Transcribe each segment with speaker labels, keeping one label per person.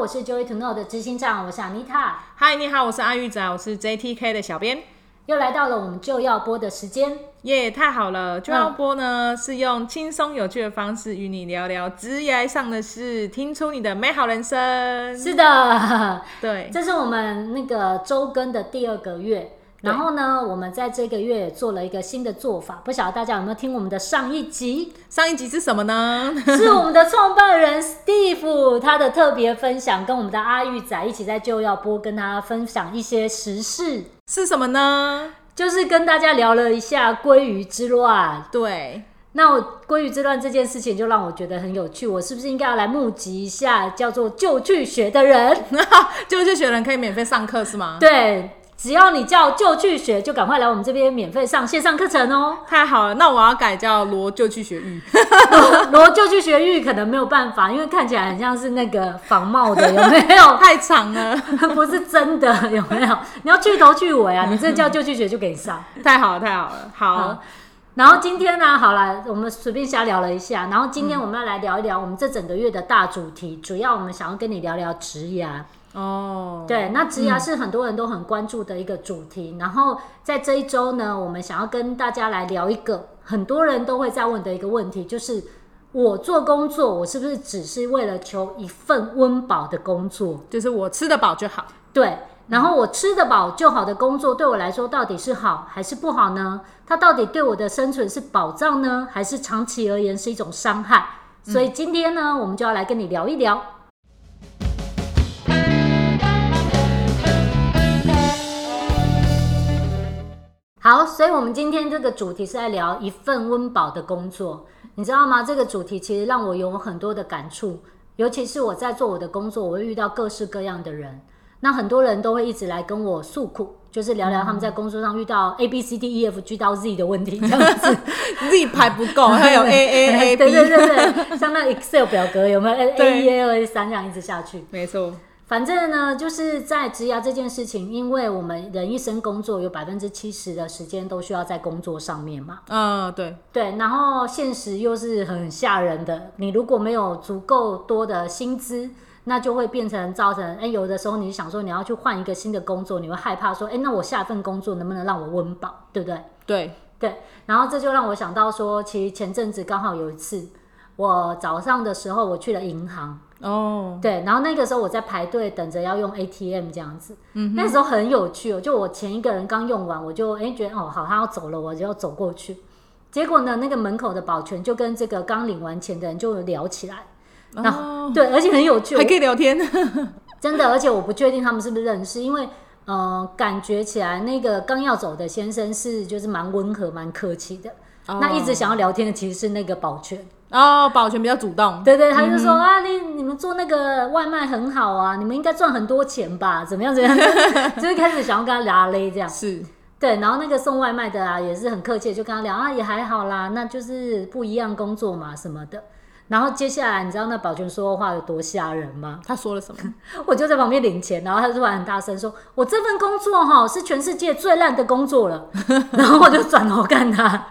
Speaker 1: 我是 Joy to Know 的执行长，我是 Anita，
Speaker 2: 嗨，你好，我是阿玉仔，我是 JTK 的小编。
Speaker 1: 又来到了我们就要播的时间。
Speaker 2: 耶、太好了！就要播呢，是用轻松有趣的方式与你聊聊职业上的事，听出你的美好人生。
Speaker 1: 是的，
Speaker 2: 对，
Speaker 1: 这是我们那个周更的第二个月。
Speaker 2: 对
Speaker 1: 然后呢，我们在这个月也做了一个新的做法，不晓得大家有没有听我们的上一集？
Speaker 2: 上一集是什么呢？
Speaker 1: 是我们的创办人 Steve 他的特别分享，跟我们的阿玉仔一起在就要播跟他分享一些时事，
Speaker 2: 是什么呢？
Speaker 1: 就是跟大家聊了一下鲑鱼之乱。
Speaker 2: 对，
Speaker 1: 那我鲑鱼之乱这件事情就让我觉得很有趣，我是不是应该要来募集一下叫做就去学的人？
Speaker 2: 就去学人可以免费上课是吗？
Speaker 1: 对，只要你叫就去学，就赶快来我们这边免费上线上课程哦。
Speaker 2: 太好了，那我要改叫罗就去学玉。
Speaker 1: 然后就去学玉可能没有办法，因为看起来很像是那个仿冒的，有没有？
Speaker 2: 太长了，
Speaker 1: 不是真的，有没有？你要去头去尾啊！你这叫就去学就给你上。
Speaker 2: 太好了，太好了，好，
Speaker 1: 好然后今天呢、好了，我们随便瞎聊了一下。然后今天我们要来聊一聊我们这整个月的大主题，主要我们想要跟你聊聊职涯。
Speaker 2: 哦，，
Speaker 1: 对，那职涯是很多人都很关注的一个主题。然后在这一周呢，我们想要跟大家来聊一个很多人都会在问的一个问题，就是我做工作，我是不是只是为了求一份温饱的工作？
Speaker 2: 就是我吃得饱就好。
Speaker 1: 对，然后我吃得饱就好的工作，对我来说到底是好还是不好呢？它到底对我的生存是保障呢，还是长期而言是一种伤害？所以今天呢，我们就要来跟你聊一聊。好，所以我们今天这个主题是在聊一份温饱的工作，你知道吗？这个主题其实让我有很多的感触，尤其是我在做我的工作，我会遇到各式各样的人。那很多人都会一直来跟我诉苦，就是聊聊他
Speaker 2: 嗯
Speaker 1: 们在工作上遇到 A B C D E F G 到 Z 的问题，这样子。
Speaker 2: Z 排不够，还有 A A A
Speaker 1: 对对
Speaker 2: B，
Speaker 1: 对对，像那 Excel 表格有没有 A
Speaker 2: 对
Speaker 1: A 一 A 二 A 三这样一直下去。
Speaker 2: 没错，
Speaker 1: 反正呢，就是在职涯这件事情，因为我们人一生工作有百分之七十的时间都需要在工作上面嘛，
Speaker 2: 嗯，对，
Speaker 1: 对，然后现实又是很吓人的，你如果没有足够多的薪资，那就会变成造成，哎，有的时候你想说你要去换一个新的工作，你会害怕说，哎，那我下份工作能不能让我温饱，对不对？
Speaker 2: 对，
Speaker 1: 对，然后这就让我想到说，其实前阵子刚好有一次，我早上的时候我去了银行，
Speaker 2: 哦，
Speaker 1: 对，然后那个时候我在排队等着要用 ATM 这样子，嗯，那时候很有趣哦，就我前一个人刚用完，我就哎觉得哦好，他要走了，我就要走过去，结果呢，那个门口的保全就跟这个刚领完钱的人就聊起来，然后、
Speaker 2: 哦，
Speaker 1: 对，而且很有趣，
Speaker 2: 还
Speaker 1: 我
Speaker 2: 可以聊天。
Speaker 1: 真的，而且我不确定他们是不是认识，因为呃，感觉起来那个刚要走的先生是就是蛮温和、蛮客气的。
Speaker 2: 哦
Speaker 1: 那一直想要聊天的其实是那个保全，
Speaker 2: 哦，保全比较主动，
Speaker 1: 对对，他就说、啊，你你们做那个外卖很好啊，你们应该赚很多钱吧？怎么样怎么样？ 就是开始想要跟他拉勒这样。
Speaker 2: 是
Speaker 1: 对，然后那个送外卖的啊，也是很客气，就跟他聊啊，也还好啦，那就是不一样工作嘛什么的。然后接下来，你知道那保全说的话有多吓人吗？
Speaker 2: 他说了 什么？
Speaker 1: 我就在旁边领钱，然后他突然很大声说：“我这份工作哈是全世界最烂的工作了。” 然后我就转头看他，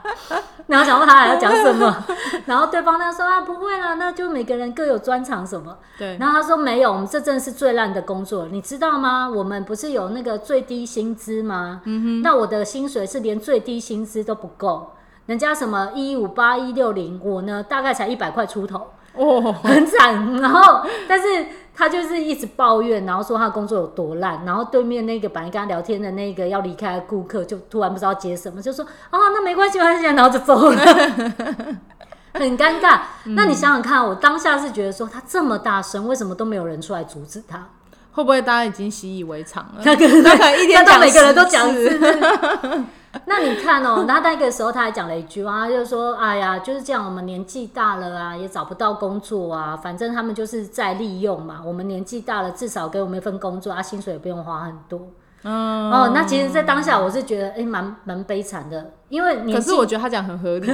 Speaker 1: 然后想问他还要讲什么，然后对方他说：“啊，不会啦，那就每个人各有专长什么。”
Speaker 2: 对，
Speaker 1: 然后他说：“没有，我们这真的是最烂的工作，你知道吗？我们不是有那个最低薪资吗？那我的薪水是连最低薪资都不够，人家什么一五八一六零，我呢大概才一百块出头。”
Speaker 2: 哦，
Speaker 1: 很惨。然后，但是他就是一直抱怨，然后说他工作有多烂。然后对面那个本来跟他聊天的那个要离开的顾客，就突然不知道接什么，就说：“哦，那没关系，没关系。”然后就走了。很尴尬。那你想想看，我当下是觉得说他这么大声，为什么都没有人出来阻止他？
Speaker 2: 会不会大家已经习以为常了？
Speaker 1: 那 个
Speaker 2: 他可能一天
Speaker 1: 那
Speaker 2: 讲
Speaker 1: 到每个人都
Speaker 2: 10
Speaker 1: 讲一
Speaker 2: 次，
Speaker 1: 那你看哦， 然后那个时候他还讲了一句话，他就说：“哎呀，就是这样，我们年纪大了啊，也找不到工作啊，反正他们就是在利用嘛。我们年纪大了，至少给我们一份工作啊，薪水也不用花很多。
Speaker 2: 嗯，
Speaker 1: 哦，那其实，在当下我是觉得，哎、蛮蛮悲惨的，因为年
Speaker 2: 可
Speaker 1: 纪
Speaker 2: 是我觉得他讲很合理，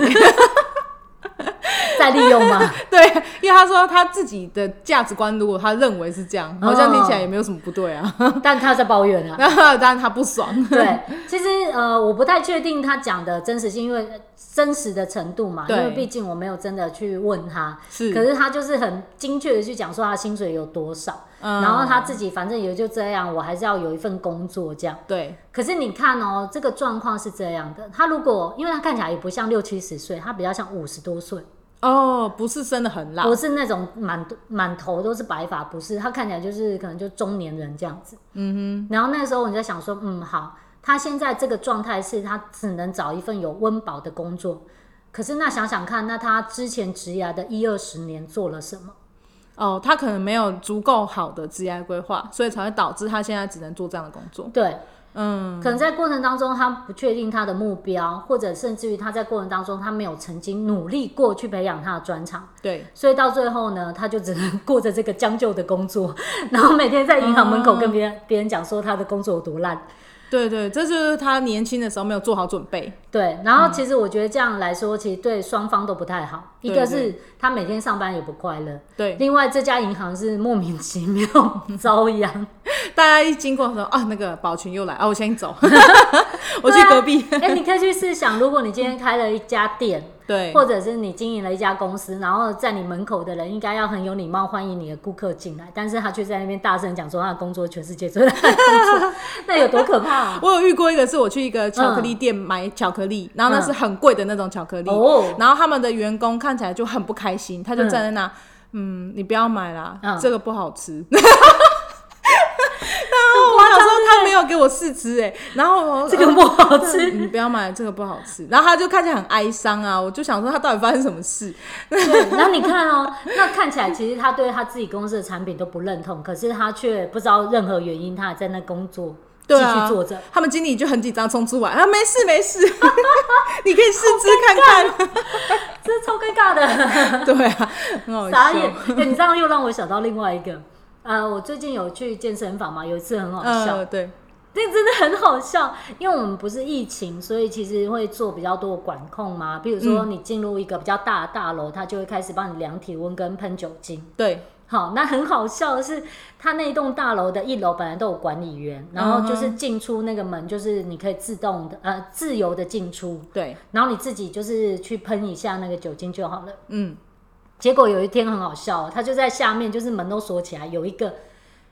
Speaker 1: 再利用 吗？
Speaker 2: 对，因为他说他自己的价值观，如果他认为是这
Speaker 1: 哦
Speaker 2: 样，好像听起来也没有什么不 对啊。
Speaker 1: 但他在抱怨啊。
Speaker 2: 但是他不爽。
Speaker 1: 对，其实呃，我不太确定他讲的真实性，因为真实的程度嘛，因
Speaker 2: 对
Speaker 1: 为毕竟我没有真的去问他。
Speaker 2: 是
Speaker 1: 可是他就是很精确的去讲说他薪水有多少，
Speaker 2: 嗯
Speaker 1: 然后他自己反正也就这样，我还是要有一份工作这样。
Speaker 2: 对，
Speaker 1: 可是你看哦，这个状况是这样的，他如果因为他看起来也不像六七十岁，他比较像五十多岁，
Speaker 2: 哦，不是真的很老
Speaker 1: 不，是那种满满头都是白发，不是，他看起来就是可能就中年人这样子。
Speaker 2: 嗯
Speaker 1: 然后那时候我就在想说，嗯，好，他现在这个状态是他只能找一份有温饱的工作。可是那想想看，那他之前职涯的一二十年做了什么？
Speaker 2: 哼，哦，他可能没有足够好的职业规划，所以才会导致他现在只能做这样的工作。
Speaker 1: 对，
Speaker 2: 嗯，
Speaker 1: 可能在过程当中他不确定他的目标，或者甚至于他在过程当中他没有曾经努力过去培养他的专长。
Speaker 2: 对，
Speaker 1: 所以到最后呢，他就只能过着这个将就的工作， 然后每天在银行门口跟别人别、人讲说他的工作有多烂，
Speaker 2: 对对，这就是他年轻的时候没有做好准备。
Speaker 1: 对，然后其实我觉得这样来说，其实对双方都不太好。一
Speaker 2: 对
Speaker 1: 个是他每天上班也不快乐，
Speaker 2: 对，
Speaker 1: 另外这家银行是莫名其妙 遭殃。
Speaker 2: 大家一经过说啊，那个保全又来啊，我先走， 我去隔壁。
Speaker 1: 哎、你可以去试想，如果你今天开了一家店，
Speaker 2: 对，
Speaker 1: 或者是你经营了一家公司，然后在你门口的人应该要很有礼貌欢迎你的顾客进来，但是他却在那边大声讲说他的工作全世界 最烂的工
Speaker 2: 啊
Speaker 1: 作，那有多可怕啊！
Speaker 2: 我有遇过一个，是我去一个巧
Speaker 1: 嗯
Speaker 2: 克力店买巧克力，然后那是很贵的那种巧克力，
Speaker 1: 哦
Speaker 2: 然后他们的员工看起来就很不开心，他就站在那，嗯你不要买啦，
Speaker 1: 嗯
Speaker 2: 这个不好吃。 然后我想说他没有给我试吃哎、然后我
Speaker 1: 欸
Speaker 2: 嗯
Speaker 1: 这个不好 吃，
Speaker 2: 你不要买这个不好吃，然后他就看起来很哀伤啊，我就想说他到底发生什么事？
Speaker 1: 对，然后你看哦，那看起来其实他对他自己公司的产品都不认同，可是他却不知道任何原因，他还在那工作，继
Speaker 2: 对啊，
Speaker 1: 续做着。
Speaker 2: 他们经理就很紧张冲出来，啊没事 没事，你可以试吃看
Speaker 1: 这超尴尬的，
Speaker 2: 看， 对啊，很好
Speaker 1: 傻
Speaker 2: 笑，
Speaker 1: 眼。 哎你这样又让我想到另外一个，呃，我最近有去健身房嘛，有一次很好笑，
Speaker 2: 呃对。
Speaker 1: 那真的很好笑，因为我们不是疫情，所以其实会做比较多的管控嘛，比如说你进入一个比较大的大楼，他就会开始帮你量体温跟喷酒精。
Speaker 2: 对，
Speaker 1: 好，那很好笑的是，他那一栋大楼的一楼本来都有管理员，然后就是进出那个门，就是你可以自动的呃自由的进出，
Speaker 2: 对，
Speaker 1: 然后你自己就是去喷一下那个酒精就好了。
Speaker 2: 嗯，
Speaker 1: 结果有一天很好笑哦，他就在下面，就是门都锁起来，有一个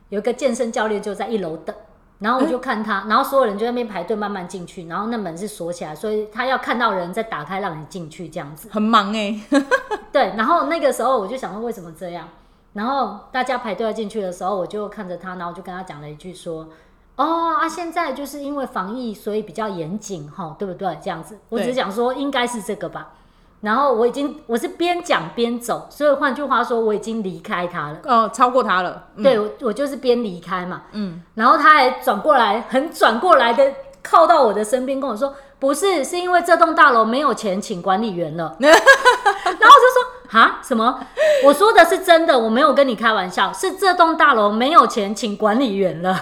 Speaker 1: 有一个健身教练就在一楼等。然后我就看他，然后所有人就在那边排队慢慢进去，然后那门是锁起来，所以他要看到人再打开让你进去这样子。
Speaker 2: 很忙哎、
Speaker 1: 对，然后那个时候我就想说为什么这样，然后大家排队要进去的时候，我就看着他，然后我就跟他讲了一句说。哦啊，现在就是因为防疫，所以比较严谨哈，对不对？这样子，我只
Speaker 2: 对
Speaker 1: 是讲说应该是这个吧。然后我已经我是边讲边走，所以换句话说，我已经离开他了。
Speaker 2: 哦，超过他了，嗯，
Speaker 1: 对我，我就是边离开嘛。
Speaker 2: 嗯，
Speaker 1: 然后他还转过来，很转过来的靠到我的身边跟我说：“不是，是因为这栋大楼没有钱请管理员 了。”然后我就说：“哈，什么？我说的是真的，我没有跟你开玩笑，是这栋大楼没有钱请管理员了。”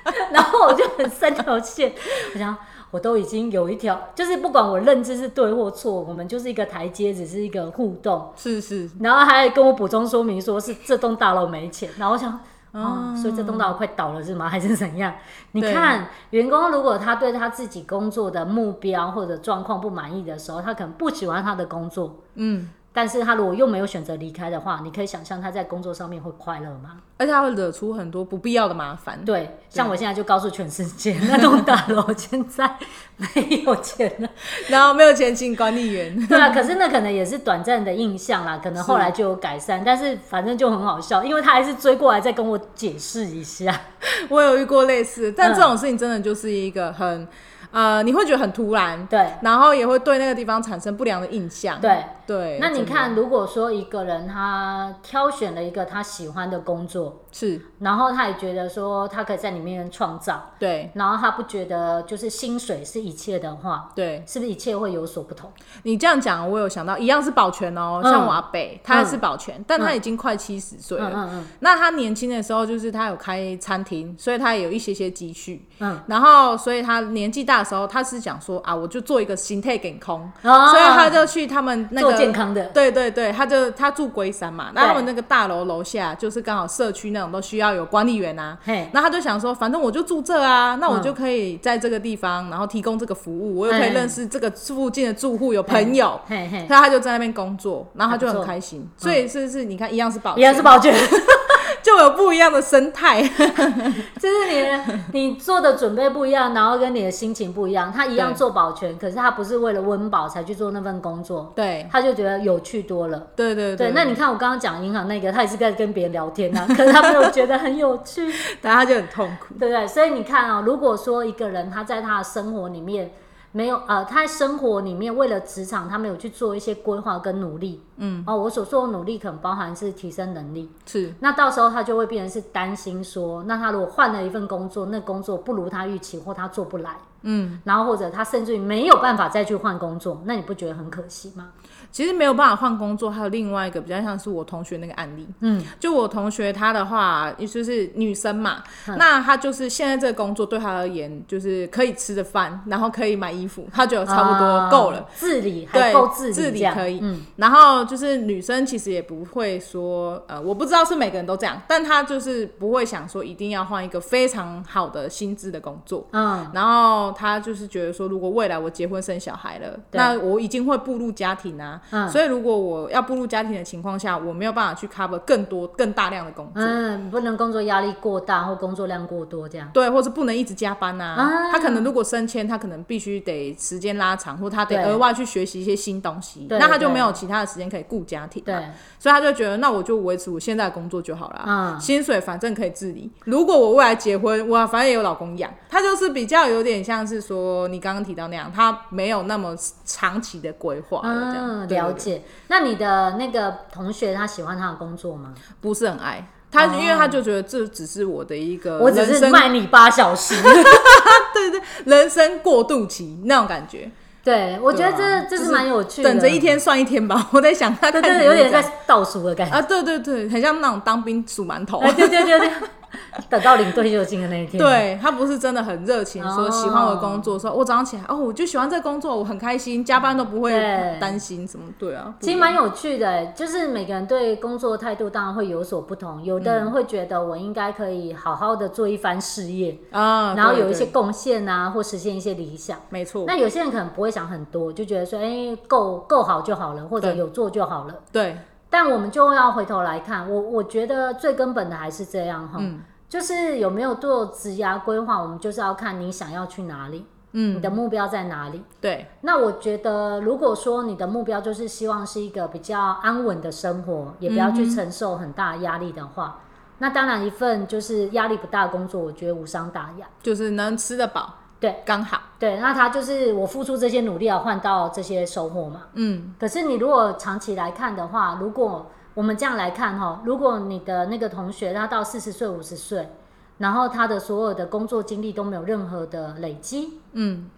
Speaker 1: 然后我就很三条线，我想。我都已经有一条，就是不管我认知是对或错，我们就是一个台阶，只是一个互动。
Speaker 2: 是是，
Speaker 1: 然后还跟我补充说明说是这栋大楼没钱，然后我想，哦，所以这栋大楼快倒了是吗？还是怎样？你
Speaker 2: 对
Speaker 1: 看，员工如果他对他自己工作的目标或者状况不满意的时候，他可能不喜欢他的工作，
Speaker 2: 嗯，
Speaker 1: 但是他如果又没有选择离开的话，你可以想象他在工作上面会快乐吗？
Speaker 2: 而且他会惹出很多不必要的麻烦，
Speaker 1: 对，像我现在就告诉全世界，那栋大楼现在没有钱了。
Speaker 2: 然后没有钱请管理员，
Speaker 1: 对啊，可是那可能也是短暂的印象啦，可能后来就有改善，但是反正就很好笑，因为他还是追过来再跟我解释一下。
Speaker 2: 我有遇过类似，但
Speaker 1: 嗯
Speaker 2: 这种事情真的就是一个很，呃，你会觉得很突然，
Speaker 1: 对，
Speaker 2: 然后也会对那个地方产生不良的印象，
Speaker 1: 对
Speaker 2: 对，
Speaker 1: 那你
Speaker 2: 真的，
Speaker 1: 看，如果说一个人他挑选了一个他喜欢的工作，
Speaker 2: 是
Speaker 1: 然后他也觉得说他可以在里面创造，
Speaker 2: 对
Speaker 1: 然后他不觉得就是薪水是一切的话，
Speaker 2: 对。
Speaker 1: 是不是一切会有所不同？
Speaker 2: 你这样讲，我有想到一样是保全哦，
Speaker 1: 嗯
Speaker 2: 像我阿北，他是保全，但他已经快七十岁
Speaker 1: 嗯
Speaker 2: 了。
Speaker 1: 嗯
Speaker 2: 那他年轻的时候，就是他有开餐厅，所以他有一些些积蓄。
Speaker 1: 嗯
Speaker 2: 然后，所以他年纪大的时候，他是想说啊，我就做一个形态给空，
Speaker 1: 嗯，哦
Speaker 2: 所以他就去他们那
Speaker 1: 做健
Speaker 2: 个。
Speaker 1: 康的，
Speaker 2: 对对对，他就他住龟山嘛，那他们
Speaker 1: 对
Speaker 2: 那个大楼楼下就是刚好社区那种都需要有管理员啊，
Speaker 1: 嘿，
Speaker 2: 那他就想说，反正我就住这啊，那我就可以在这个地方，然后提供这个服务，我又可以认识这个附近的住户，有朋友，
Speaker 1: 嗯嘿嘿，
Speaker 2: 所以他就在那边工作，然后他就
Speaker 1: 还不错嗯
Speaker 2: 很开心。所以是不是你看一样是保
Speaker 1: 一样是
Speaker 2: 全，
Speaker 1: 保全，
Speaker 2: 就有不一样的生态。
Speaker 1: 就是你的你做的准备不一样，然后跟你的心情不一样。他一样
Speaker 2: 对
Speaker 1: 做保全，可是他不是为了温饱才去做那份工作，
Speaker 2: 对
Speaker 1: 他就觉得有趣多了。
Speaker 2: 对对
Speaker 1: 对，那你看我刚刚讲银行那个，他也是在跟别人聊天 呐、啊，可是他没有觉得很有趣，
Speaker 2: 然后他就很痛苦。
Speaker 1: 对不对？所以你看哦，如果说一个人他在他的生活里面没有呃，他在生活里面为了职场他没有去做一些规划跟努力，
Speaker 2: 嗯，
Speaker 1: 哦，我所说的努力可能包含是提升能力，
Speaker 2: 是
Speaker 1: 那到时候他就会变成是担心说，那他如果换了一份工作，那工作不如他预期或他做不来，
Speaker 2: 嗯，
Speaker 1: 然后或者他甚至于没有办法再去换工作，那你不觉得很可惜吗？
Speaker 2: 其实没有办法换工作，还有另外一个比较像是我同学那个案例，
Speaker 1: 嗯，
Speaker 2: 就我同学她的话，也就是女生嘛，
Speaker 1: 嗯
Speaker 2: 那她就是现在这个工作对她而言，就是可以吃的饭，然后可以买衣服，她觉得差不多够了。
Speaker 1: 啊自理还
Speaker 2: 对
Speaker 1: 够自理，
Speaker 2: 自理
Speaker 1: 这样
Speaker 2: 可以
Speaker 1: 嗯，
Speaker 2: 然后就是女生其实也不会说，呃，我不知道是每个人都这样，但她就是不会想说一定要换一个非常好的薪资的工作。
Speaker 1: 嗯，
Speaker 2: 然后她就是觉得说，如果未来我结婚生小孩了，
Speaker 1: 对
Speaker 2: 那我已经会步入家庭啊，
Speaker 1: 嗯
Speaker 2: 所以如果我要步入家庭的情况下，我没有办法去 cover 更多、更大量的工作。
Speaker 1: 嗯，不能工作压力过大或工作量过多这样。
Speaker 2: 对，或是不能一直加班呐、
Speaker 1: 啊
Speaker 2: 他可能如果升迁，他可能必须得时间拉长，或他得
Speaker 1: 对
Speaker 2: 额外去学习一些新东西，
Speaker 1: 对
Speaker 2: 那他就
Speaker 1: 对
Speaker 2: 没有其他的时间可以顾家庭、
Speaker 1: 对，，
Speaker 2: 所以他就觉得，那我就维持我现在的工作就好啦。
Speaker 1: 嗯，
Speaker 2: 薪水反正可以自理。如果我未来结婚，我反正也有老公养。他就是比较有点像是说你刚刚提到那样，他没有那么长期的规划了，这样、
Speaker 1: 嗯，
Speaker 2: 对
Speaker 1: 了，
Speaker 2: 对
Speaker 1: 解。那你的那个同学他喜欢他的工作吗？
Speaker 2: 对不是很爱他，因为他就觉得这只是我的一个
Speaker 1: 哦我只
Speaker 2: 人
Speaker 1: 是
Speaker 2: 生
Speaker 1: 卖你八小 时。
Speaker 2: 人生过渡期那种感觉。
Speaker 1: 对，我觉得
Speaker 2: 对啊
Speaker 1: 这这
Speaker 2: 就是
Speaker 1: 蛮有趣的。
Speaker 2: 等着一，天算一天吧。我在想 他
Speaker 1: 对
Speaker 2: 看
Speaker 1: 对，
Speaker 2: 起
Speaker 1: 对
Speaker 2: 来
Speaker 1: 有点
Speaker 2: 这样
Speaker 1: 在倒数的感觉。
Speaker 2: 啊，对对对，很像那种当兵数馒头。
Speaker 1: 哎，对对对对，等到领退休金的那一天。，
Speaker 2: 对他不是真的很热情，
Speaker 1: 哦
Speaker 2: 说喜欢我的工作，说我早上起来哦，我就喜欢这个工作，我很开心，加班都不会
Speaker 1: 对
Speaker 2: 担心什么。对啊，
Speaker 1: 其实蛮有趣的，就是每个人对工作态度当然会有所不同。有
Speaker 2: 嗯
Speaker 1: 的人会觉得我应该可以好好的做一番事业，
Speaker 2: 啊，
Speaker 1: 然后
Speaker 2: 对
Speaker 1: 有一些
Speaker 2: 对
Speaker 1: 贡献啊，或实现一些理想。
Speaker 2: 没错
Speaker 1: 那，有些人可能不会想很多，就觉得说，哎，够够好就好了，或者
Speaker 2: 对
Speaker 1: 有做就好了。
Speaker 2: 对，
Speaker 1: 但我们就要回头来看，我我觉得最根本的还是这样哈，
Speaker 2: 嗯
Speaker 1: 就是有没有做职涯规划，我们就是要看你想要去哪里，你
Speaker 2: 嗯，
Speaker 1: 的目标在哪里。
Speaker 2: 对
Speaker 1: 那我觉得，如果说你的目标就是希望是一个比较安稳的生活，也不要去承受很大的压力的话，那当然一份就是压力不大的工作，我觉得无伤大雅。
Speaker 2: 就是能吃得饱，
Speaker 1: 对
Speaker 2: 刚好，
Speaker 1: 对，那他就是我付出这些努力要换到这些收获嘛。
Speaker 2: 嗯，
Speaker 1: 可是你如果长期来看的话，如果我们这样来看哈、如果你的那个同学他到四十岁、五十岁，然后他的所有的工作经历都没有任何的累积，
Speaker 2: 嗯，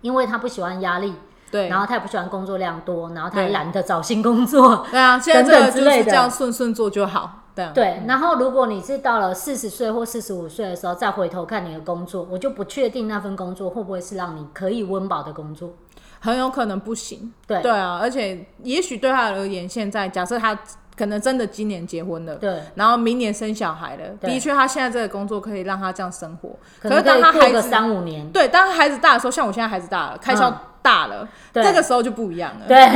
Speaker 1: 因为他不喜欢压力，
Speaker 2: 对
Speaker 1: 然。后他也不喜欢工作量多，然后他也
Speaker 2: 对
Speaker 1: 懒得找新工 作。
Speaker 2: 对啊，现在
Speaker 1: 等
Speaker 2: 这
Speaker 1: 等
Speaker 2: 个
Speaker 1: 之
Speaker 2: 就是
Speaker 1: 类的
Speaker 2: 这样顺顺做就好，对啊
Speaker 1: 对，然后如果你是到了四十岁或四十五岁的时候再回头看你的工作，我就不确定那份工作会不会是让你可以温饱的工作。
Speaker 2: 很有可能不行。
Speaker 1: 对
Speaker 2: 对啊，而且也许对他而言，现在假设他可能真的今年结婚了。
Speaker 1: 对，
Speaker 2: 然后明年生小孩了，
Speaker 1: 对
Speaker 2: 的确，他现在这个工作可以让他这样生活。
Speaker 1: 可能
Speaker 2: 是
Speaker 1: 可
Speaker 2: 当
Speaker 1: 以
Speaker 2: 他
Speaker 1: 过
Speaker 2: 孩
Speaker 1: 个
Speaker 2: 子
Speaker 1: 三五年。
Speaker 2: 对，当他孩子大的时候，像我现在孩子大了，开销
Speaker 1: 嗯
Speaker 2: 大了，
Speaker 1: 对
Speaker 2: 这个时候就不一样了。
Speaker 1: 对，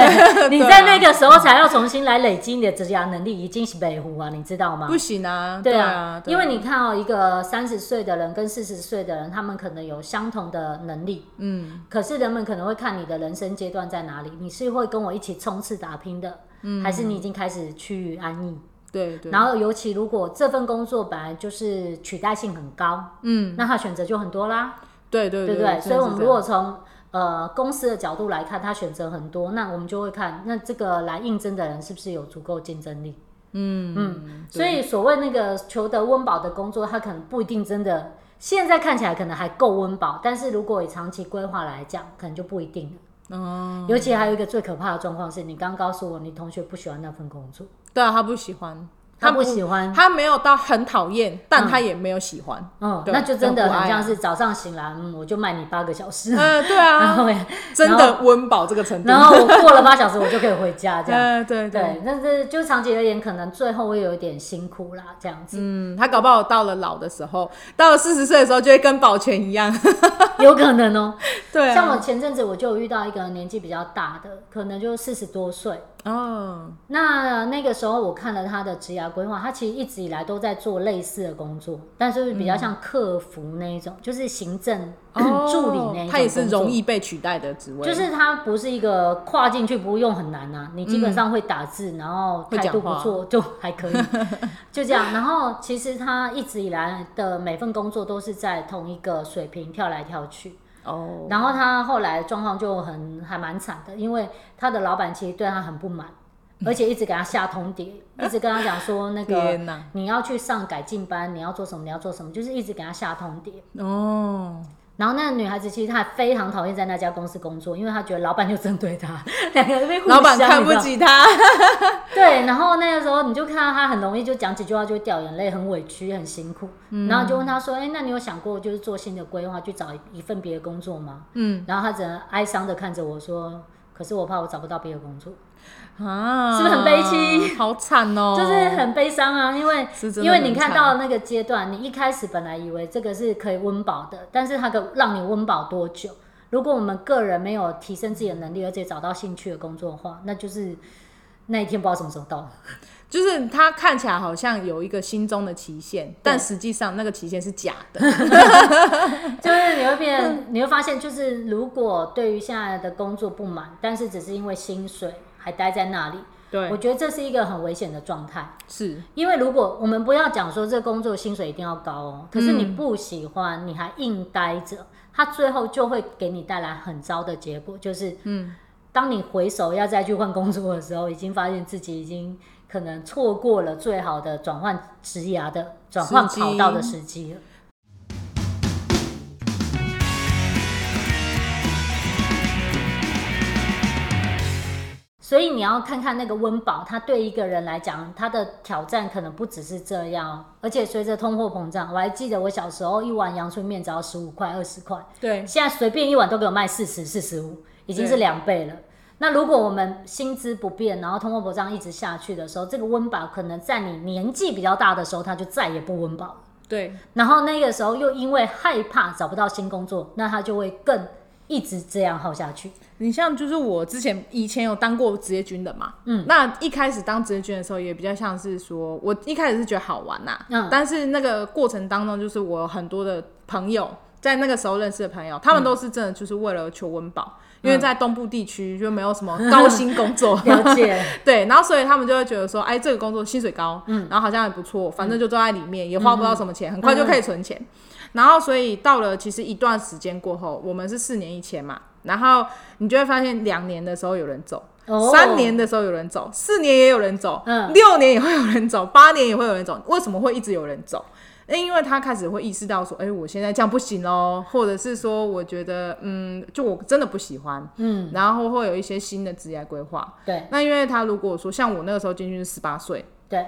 Speaker 1: 你
Speaker 2: 对啊
Speaker 1: 在那个时候才要重新来累积你的职涯能力，已经是北湖啊，你知道吗
Speaker 2: 不？行啊，
Speaker 1: 对
Speaker 2: 啊，对
Speaker 1: 因为你看哦，一个三十岁的人跟四十岁的人，他们可能有相同的能力，
Speaker 2: 嗯，
Speaker 1: 可是人们可能会看你的人生阶段在哪里，你是会跟我一起冲刺打拼的，
Speaker 2: 嗯
Speaker 1: 还是你已经开始趋于安逸？
Speaker 2: 对对，
Speaker 1: 然后，尤其如果这份工作本来就是取代性很高，
Speaker 2: 嗯，
Speaker 1: 那他选择就很多啦。
Speaker 2: 对对
Speaker 1: 对不对？
Speaker 2: 对，
Speaker 1: 所以，我们
Speaker 2: 真的是这
Speaker 1: 如
Speaker 2: 样
Speaker 1: 果从呃公司的角度来看，他选择很多，那我们就会看，那这个来应征的人是不是有足够竞争力？
Speaker 2: 嗯嗯，
Speaker 1: 所以所谓那个求得温饱的工作，它可能不一定真的现在看起来可能还够温饱，但是如果以长期规划来讲，可能就不一定了。
Speaker 2: 哦，
Speaker 1: 尤其还有一个最可怕的状况是，你刚告诉我你同学不喜欢那份工作，
Speaker 2: 对啊，他不喜欢，
Speaker 1: 他不喜欢，
Speaker 2: 他没有到很讨厌，但他也没有喜欢。
Speaker 1: 嗯，
Speaker 2: 对
Speaker 1: 那就真的
Speaker 2: 很不爱啊
Speaker 1: 很像是早上醒来，嗯，我就卖你八个小时，
Speaker 2: 嗯，对
Speaker 1: 然后
Speaker 2: 啊， 真
Speaker 1: 然
Speaker 2: 的温饱这个程 度。
Speaker 1: 然后我过了八小时，我就可以回家这样。
Speaker 2: 嗯，对对，
Speaker 1: 对，但是就长期而言，可能最后会有一点辛苦啦，这样子、
Speaker 2: 嗯，他搞不好到了老的时候，到了四十岁的时候，就会跟保全一样。
Speaker 1: 有可能哦、
Speaker 2: 对
Speaker 1: 像
Speaker 2: 啊，
Speaker 1: 我前阵子我就有遇到一个年纪比较大的，可能就四十多岁。
Speaker 2: 哦，
Speaker 1: 那那个时候我看了他的职涯规划，他其实一直以来都在做类似的工作，但是比较像客服那一种，就是行政、
Speaker 2: 嗯哦
Speaker 1: 助理那一种工作。
Speaker 2: 他也是容易被取代的职位，
Speaker 1: 就是它不是一个跨进去不用很难啊，你基
Speaker 2: 嗯
Speaker 1: 本上会打字，然后态度不错就还可以，就这样。然后其实他一直以来的每份工作都是在同一个水平跳来跳去，
Speaker 2: 哦，
Speaker 1: 然后他后来状况就很还蛮惨的，因为他的老板其实对他很不满。而且一直给他下通 牒，一直跟他讲说那
Speaker 2: 天哪
Speaker 1: 个你要去上改进班，你要做什么，你要做什么，就是一直给他下通牒。
Speaker 2: 哦，
Speaker 1: 然后那个女孩子其实她还非常讨厌在那家公司工作，因为她觉得老板就针对她， 两个人被互相
Speaker 2: 老板看不。
Speaker 1: 你知道
Speaker 2: 起 他，
Speaker 1: 对，然后那个时候你就看到她很容易就讲几句话就会掉眼泪，很委屈，很辛苦。
Speaker 2: 嗯
Speaker 1: 然后就问她说：“哎、那你有想过就是做新的规划，去找一份别的工作吗？”
Speaker 2: 嗯
Speaker 1: 然后她只能哀伤的看着我说：“可是我怕我找不到别的工作。”
Speaker 2: 啊，
Speaker 1: 是不是很悲戚
Speaker 2: 好惨哦，
Speaker 1: 就是很悲伤啊，因为
Speaker 2: 是真的
Speaker 1: 因为你看
Speaker 2: 很惨
Speaker 1: 到那个阶段，你一开始本来以为这个是可以温饱的，但是它可让你温饱多久？如果我们个人没有提升自己的能力，而且找到兴趣的工作的话，那就是那一天不知道什么时候到。
Speaker 2: 就是他看起来好像有一个心中的期限，但实际上那个期限是假的。
Speaker 1: 就是你会变，你会发现，就是如果对于现在的工作不满，但是只是因为薪水还待在那里，我
Speaker 2: 对，
Speaker 1: 觉得这是一个很危险的状态。
Speaker 2: 是
Speaker 1: 因为如果我们不要讲说这工作薪水一定要高哦，可是你不喜欢，你还硬待着，它最后就会给你带来很糟的结果，就是
Speaker 2: 嗯，
Speaker 1: 当你回首要再去换工作的时候，已经发现自己已经可能错过了最好的转换职涯的转换
Speaker 2: 时机
Speaker 1: 跑道的时机了。所以你要看看那个温饱，它对一个人来讲，它的挑战可能不只是这样哦。而且随着通货膨胀，我还记得我小时候一碗阳春面只要十五块、二十块，
Speaker 2: 对，
Speaker 1: 现在随便一碗都给我卖四十、四十五，已经是两倍了。那如果我们薪资不变，然后通货膨胀一直下去的时候，这个温饱可能在你年纪比较大的时候，它就再也不温饱了。
Speaker 2: 对，
Speaker 1: 然后那个时候又因为害怕找不到新工作，那它就会更一直这样耗下 去。
Speaker 2: 你像就是我之前以前有当过职业军人嘛，
Speaker 1: 嗯，
Speaker 2: 那一开始当职业军人的时候也比较像是说，我一开始是觉得好玩呐、
Speaker 1: 嗯
Speaker 2: 但是那个过程当中，就是我有很多的朋友。在那个时候认识的朋友，他
Speaker 1: 嗯
Speaker 2: 们都是真的就是为了求温饱，因为在东部地区就没有什么高薪工作，
Speaker 1: 了解，
Speaker 2: 对，然后所以他们就会觉得说，哎，这个工作薪水高，嗯，然后好像也不错，反正
Speaker 1: 嗯
Speaker 2: 就都在里面，也花不到什么钱，很快就可以存钱。然后所以到了其实一段时间过后，我们是四年一签嘛，然后你就会发现两年的时候有人走。
Speaker 1: 哦
Speaker 2: 三年的时候有人走，四年也有人走，
Speaker 1: 嗯
Speaker 2: 六年也会有人走，八年也会有人走。为什么会一直有人走？因为他开始会意识到说，哎、我现在这样不行哦，或者是说，我觉得，嗯，就我真的不喜欢，
Speaker 1: 嗯，哦
Speaker 2: 然后会有一些新的职业规划。
Speaker 1: 对
Speaker 2: 那因为他如果说像我那个时候进去是十八岁，
Speaker 1: 对，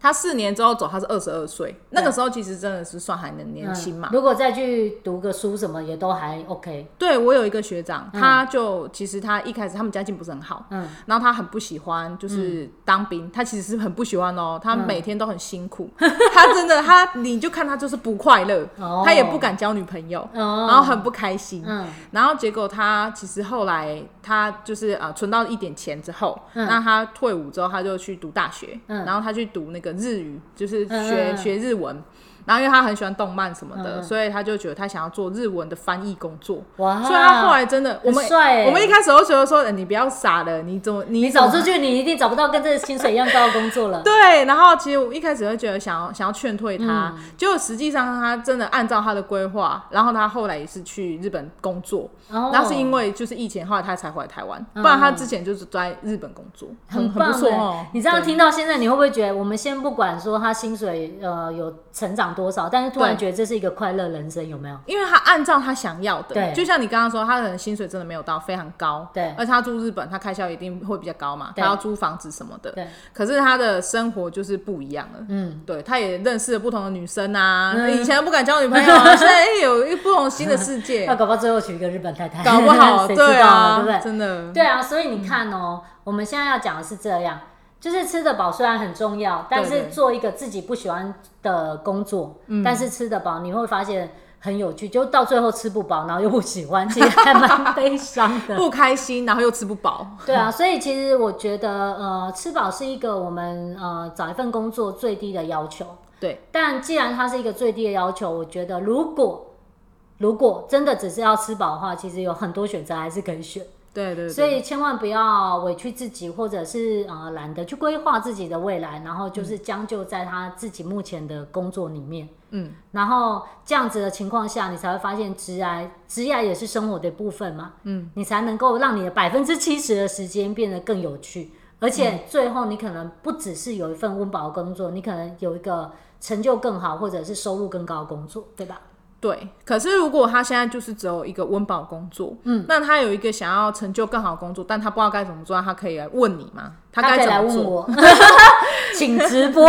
Speaker 2: 他四年之后走他是二十二岁，那个时候其实真的是算还能年
Speaker 1: 嗯
Speaker 2: 轻嘛。
Speaker 1: 如果再去读个书什么，也都还 OK。
Speaker 2: 对我有一个学长，
Speaker 1: 嗯
Speaker 2: 他就其实他一开始他们家境不是很好，
Speaker 1: 嗯
Speaker 2: 然后他很不喜欢就是当兵，他其实是很不喜欢哦，他每天都很 辛苦，他真的他你就看他就是不快乐，
Speaker 1: 哦
Speaker 2: 他也不敢交女朋友，
Speaker 1: 哦
Speaker 2: 然后很不开心，
Speaker 1: 嗯
Speaker 2: 然后结果他其实后来他就是呃存到一点钱之后，那他退伍之后他就去读大学，
Speaker 1: 嗯
Speaker 2: 然后他去读那个日语，就是
Speaker 1: 嗯
Speaker 2: 学、
Speaker 1: 嗯嗯
Speaker 2: 学日文。然后因为他很喜欢动漫什么的，
Speaker 1: 嗯
Speaker 2: 所以他就觉得他想要做日文的翻译工作。
Speaker 1: 哇，
Speaker 2: 所以他后来真的，我们
Speaker 1: 很帅欸
Speaker 2: 我们一开始都觉得说，呃你不要傻了，你怎么你
Speaker 1: 你
Speaker 2: 怎么
Speaker 1: 找出去，你一定找不到跟这个薪水一样高的工作了。
Speaker 2: 对，然后其实我一开始会觉得想要想要劝退他，
Speaker 1: 嗯
Speaker 2: 结果实际上他真的按照他的规划，然后他后来也是去日本工作，
Speaker 1: 哦
Speaker 2: 那、是因为就是疫情，后来他才回来台湾，
Speaker 1: 嗯
Speaker 2: 不然他之前就是在日本工作，很
Speaker 1: 棒
Speaker 2: 很不错
Speaker 1: 欸
Speaker 2: 哦。
Speaker 1: 你这样
Speaker 2: 对
Speaker 1: 听到现在，你会不会觉得我们先不管说他薪水呃有成长多少，但是突然
Speaker 2: 对
Speaker 1: 觉得这是一个快乐人生，有没有？
Speaker 2: 因为他按照他想要的，
Speaker 1: 对
Speaker 2: 就像你刚刚说，他可能薪水真的没有到非常高，
Speaker 1: 对
Speaker 2: 而且他住日本，他开销一定会比较高嘛，
Speaker 1: 对
Speaker 2: 他要租房子什么的，
Speaker 1: 对，
Speaker 2: 可是他的生活就是不一样了，
Speaker 1: 嗯，
Speaker 2: 对，他也认识了不同的女生啊，
Speaker 1: 嗯
Speaker 2: 以前都不敢交女朋 友、啊，现在哎有一不同新的世界
Speaker 1: 那，搞不 好最后娶一个日本太太，
Speaker 2: 搞不 好
Speaker 1: 谁知道
Speaker 2: 对啊，
Speaker 1: 对不对？
Speaker 2: 真的，
Speaker 1: 对啊，所以你看哦，我们现在要讲的是这样，就是吃得饱虽然很重要，但
Speaker 2: 对
Speaker 1: 是
Speaker 2: 对嗯
Speaker 1: 做一个自己不喜欢的工作，但是吃得饱，你会发现很有趣，就到最后吃不饱，然后又不喜欢，其实还蛮悲伤的。
Speaker 2: 不开心，然后又吃不饱，
Speaker 1: 对啊，所以其实我觉得，呃，吃饱是一个我们呃找一份工作最低的要求。
Speaker 2: 对，
Speaker 1: 但既然它是一个最低的要求，我觉得如果如果真的只是要吃饱的话，其实有很多选择还是可以选。
Speaker 2: 对对对，
Speaker 1: 所以千万不要委屈自己，或者是呃懒得去规划自己的未来，然后就是将就在他自己目前的工作里面。
Speaker 2: 嗯，
Speaker 1: 然后这样子的情况下，你才会发现职癌，职癌也是生活的一部分嘛。
Speaker 2: 嗯，
Speaker 1: 你才能够让你的百分之七十的时间变得更有趣，而
Speaker 2: 嗯
Speaker 1: 且最后你可能不只是有一份温饱的工作，你可能有一个成就更好或者是收入更高的工作，对吧？
Speaker 2: 对，可是如果他现在就是只有一个温饱工作，嗯，那他有一个想要成就更好的工作，但他不知道该怎么做，那他可以来问你吗？他
Speaker 1: 可
Speaker 2: 该
Speaker 1: 以
Speaker 2: 怎
Speaker 1: 来
Speaker 2: 么
Speaker 1: 问
Speaker 2: 做？
Speaker 1: 我， 请直播。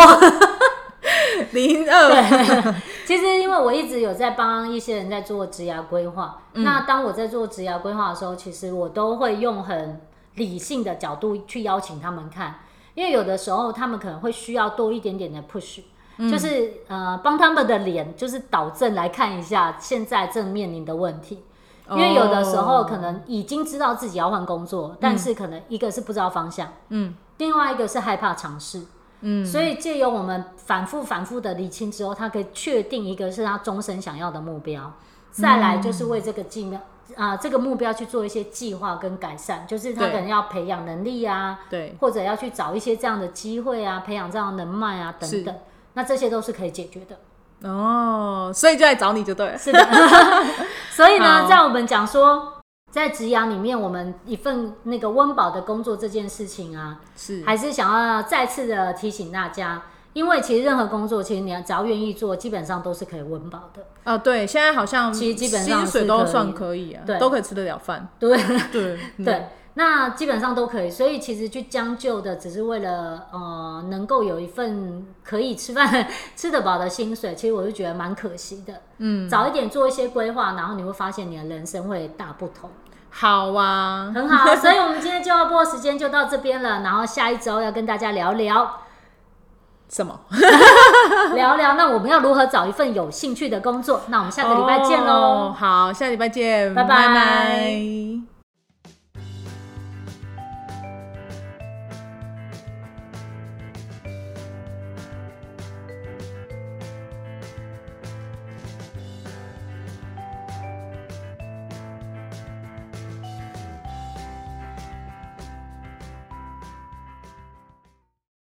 Speaker 2: 零二，
Speaker 1: 其实，因为我一直有在帮一些人在做职涯规划，那当我在做职涯规划的时候，其实我都会用很理性的角度去邀请他们看，因为有的时候他们可能会需要多一点点的 push，、就是呃帮他们的脸就是导正来看一下现在正面临的问题。因为有的时候可能已经知道自己要换工作，但是可能一个是不知道方向，
Speaker 2: 嗯，
Speaker 1: 另外一个是害怕尝试，
Speaker 2: 嗯，
Speaker 1: 所以借由我们反复反复的理清之后，他可以确定一个是他终身想要的目标，
Speaker 2: 嗯
Speaker 1: 再来就是为这个计啊、这个目标去做一些计划跟改善，就是他
Speaker 2: 对
Speaker 1: 可能要培养能力啊，
Speaker 2: 对，
Speaker 1: 或者要去找一些这样的机会啊，培养这样的人脉啊等等，那这些都是可以解决的。
Speaker 2: 哦，所以就来找你就对了，
Speaker 1: 是的， 所以呢，
Speaker 2: 好
Speaker 1: 在我们讲说，在职涯里面，我们一份那个温饱的工作这件事情啊，
Speaker 2: 是，
Speaker 1: 还是想要再次的提醒大家，因为其实任何工作，其实你要只要愿意做，基本上都是可以温饱的。
Speaker 2: 呃，对，现在好像
Speaker 1: 其实基本上
Speaker 2: 薪水
Speaker 1: 是
Speaker 2: 都
Speaker 1: 可以
Speaker 2: 算可以啊，
Speaker 1: 对
Speaker 2: 都可以吃得了 饭，
Speaker 1: 对
Speaker 2: 对
Speaker 1: 对，那基本上都可以。所以其实去将就的，只是为了呃能够有一份可以吃饭 吃得饱的薪水，其实我就觉得蛮可惜的。
Speaker 2: 嗯，
Speaker 1: 早一点做一些规划，然后你会发现你的人生会大不同。
Speaker 2: 好啊，
Speaker 1: 很好，所以我们今天就要播的时间就到这边了，然后下一周要跟大家聊聊
Speaker 2: 什么？
Speaker 1: 聊聊，那我们要如何找一份
Speaker 2: 哦
Speaker 1: 有兴趣的工作？那我们下个礼拜见喽。
Speaker 2: 哦好，下礼拜见，
Speaker 1: 拜拜
Speaker 2: 拜拜